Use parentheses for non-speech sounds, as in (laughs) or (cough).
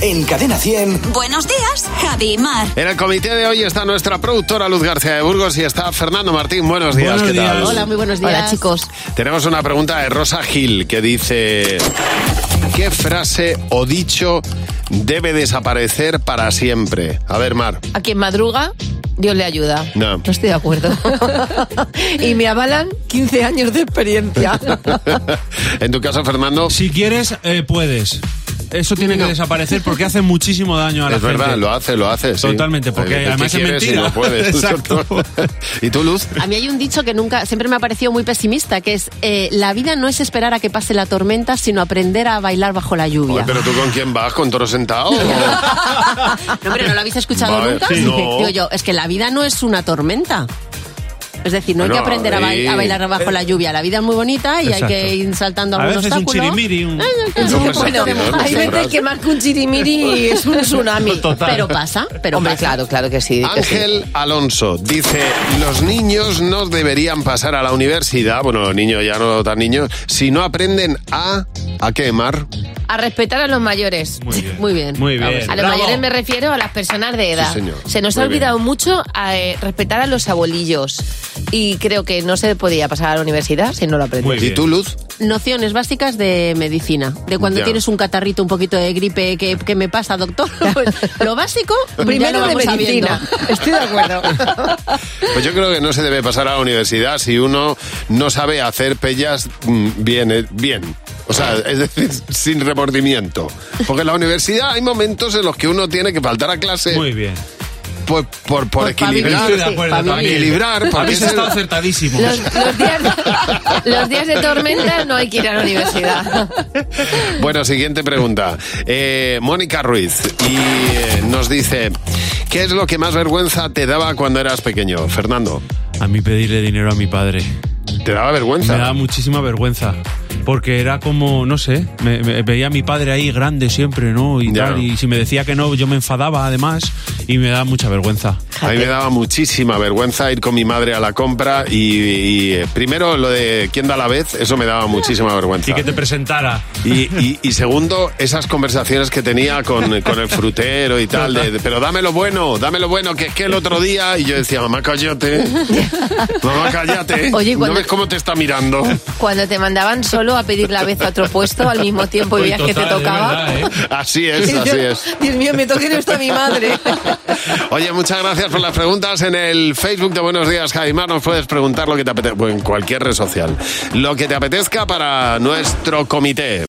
En Cadena 100. Buenos días, Javi y Mar. En el comité de hoy está nuestra productora Luz García de Burgos y está Fernando Martín. Buenos días, Buenos ¿qué tal? días. Hola, muy buenos días. Hola, chicos. Tenemos una pregunta de Rosa Gil que dice, ¿qué frase o dicho debe desaparecer para siempre? A ver, Mar. A quien madruga, Dios le ayuda. No. (laughs) estoy de acuerdo. (laughs) y me avalan 15 años de experiencia. en tu caso, Fernando, Si quieres, eh, puedes. Eso tiene que desaparecer porque hace muchísimo daño a la es gente. verdad, lo hace, lo hace. sí. Totalmente, porque Hay veces además que es quieres y mentira. no puedes. (laughs) Exacto. (laughs) ¿Y tú, Luz? A mí hay un dicho que nunca, siempre me ha parecido muy pesimista, que es eh, la vida no es esperar a que pase la tormenta, sino aprender a bailar bajo la Oye, lluvia. pero tú con quién vas, con toro sentado. No, hombre, ¿no lo habéis escuchado Vale, nunca? sí, no. (laughs) Digo yo, es que la vida no es una tormenta. Es decir, no hay Bueno, que aprender a, ba- ahí- a bailar bajo la lluvia. La vida es muy bonita y Exacto. hay que ir saltando Eh, A algún veces un obstáculo. chirimiri, un- Ay, Un sí, hombre bueno, saltador, ¿no? hay veces que más que un (laughs) chirimiri es un tsunami. Total. Pero pasa, pero Hombre, pasa. claro, claro que sí. que sí. Ángel Alonso dice, los niños no deberían pasar a la universidad, bueno, los niños ya no tan niños, si no aprenden a... ¿A qué, Mar? A respetar a los mayores. Muy bien. Muy bien. Muy bien. A los Bravo. mayores me refiero a las personas de edad. Sí, señor. Se nos Muy ha olvidado mucho a, eh, respetar a los abuelillos. Y creo que no se podía pasar a la universidad si no lo Muy aprendes. ¿Y bien. tú, Luz? Nociones básicas de medicina. De cuando Ya. tienes un catarrito, un poquito de gripe, ¿qué, qué me (laughs) pasa, doctor? Pues, lo básico, ya lo vamos sabiendo. Estoy de acuerdo. Pues yo creo que no se debe pasar a la universidad si uno no sabe hacer pellas mm, bien, eh, bien. O sea, es decir, (laughs) sin remordimiento. Porque en la universidad hay momentos en los que uno tiene que faltar a clase Muy bien. por, por, por Pues pa' vivir, equilibrar. estoy de acuerdo Para también. equilibrar, porque Habéis es estado el- acertadísimos. Los, los días, los días de tormenta no hay que ir a la universidad. Bueno, siguiente pregunta. Eh, Mónica Ruiz y eh, nos dice, ¿qué es lo que más vergüenza te daba cuando eras pequeño? Fernando, A mí pedirle dinero a mi padre. ¿te daba Me daba vergüenza? muchísima vergüenza. Porque era como, no sé, me, me- veía a mi padre ahí grande siempre, ¿no? Y Ya. tal. Y si me decía que no, yo me enfadaba además. Y me daba mucha vergüenza. A mí me daba muchísima vergüenza ir con mi madre a la compra y, y, eh, primero lo de quién da la vez, eso me daba muchísima vergüenza. Y que te presentara. Y, y- y segundo, esas conversaciones que tenía con, con el frutero y tal, de, de, pero dame lo bueno, dame lo bueno, que es que el otro día, y yo decía, mamá, cállate, mamá, cállate, Oye, no cuando- ves cómo te está mirando. Cuando te mandaban solo a pedir la vez a otro puesto al mismo tiempo y Uy, veías que te total, es tocaba. verdad, ¿eh? (laughs) Así es, así es. Dios mío, me toquen esto a mi madre. Oye, muchas gracias por las preguntas. En el Facebook de Buenos Días, Jaimar, nos puedes preguntar lo que te apetezca, en cualquier red social, lo que te apetezca para nuestro comité.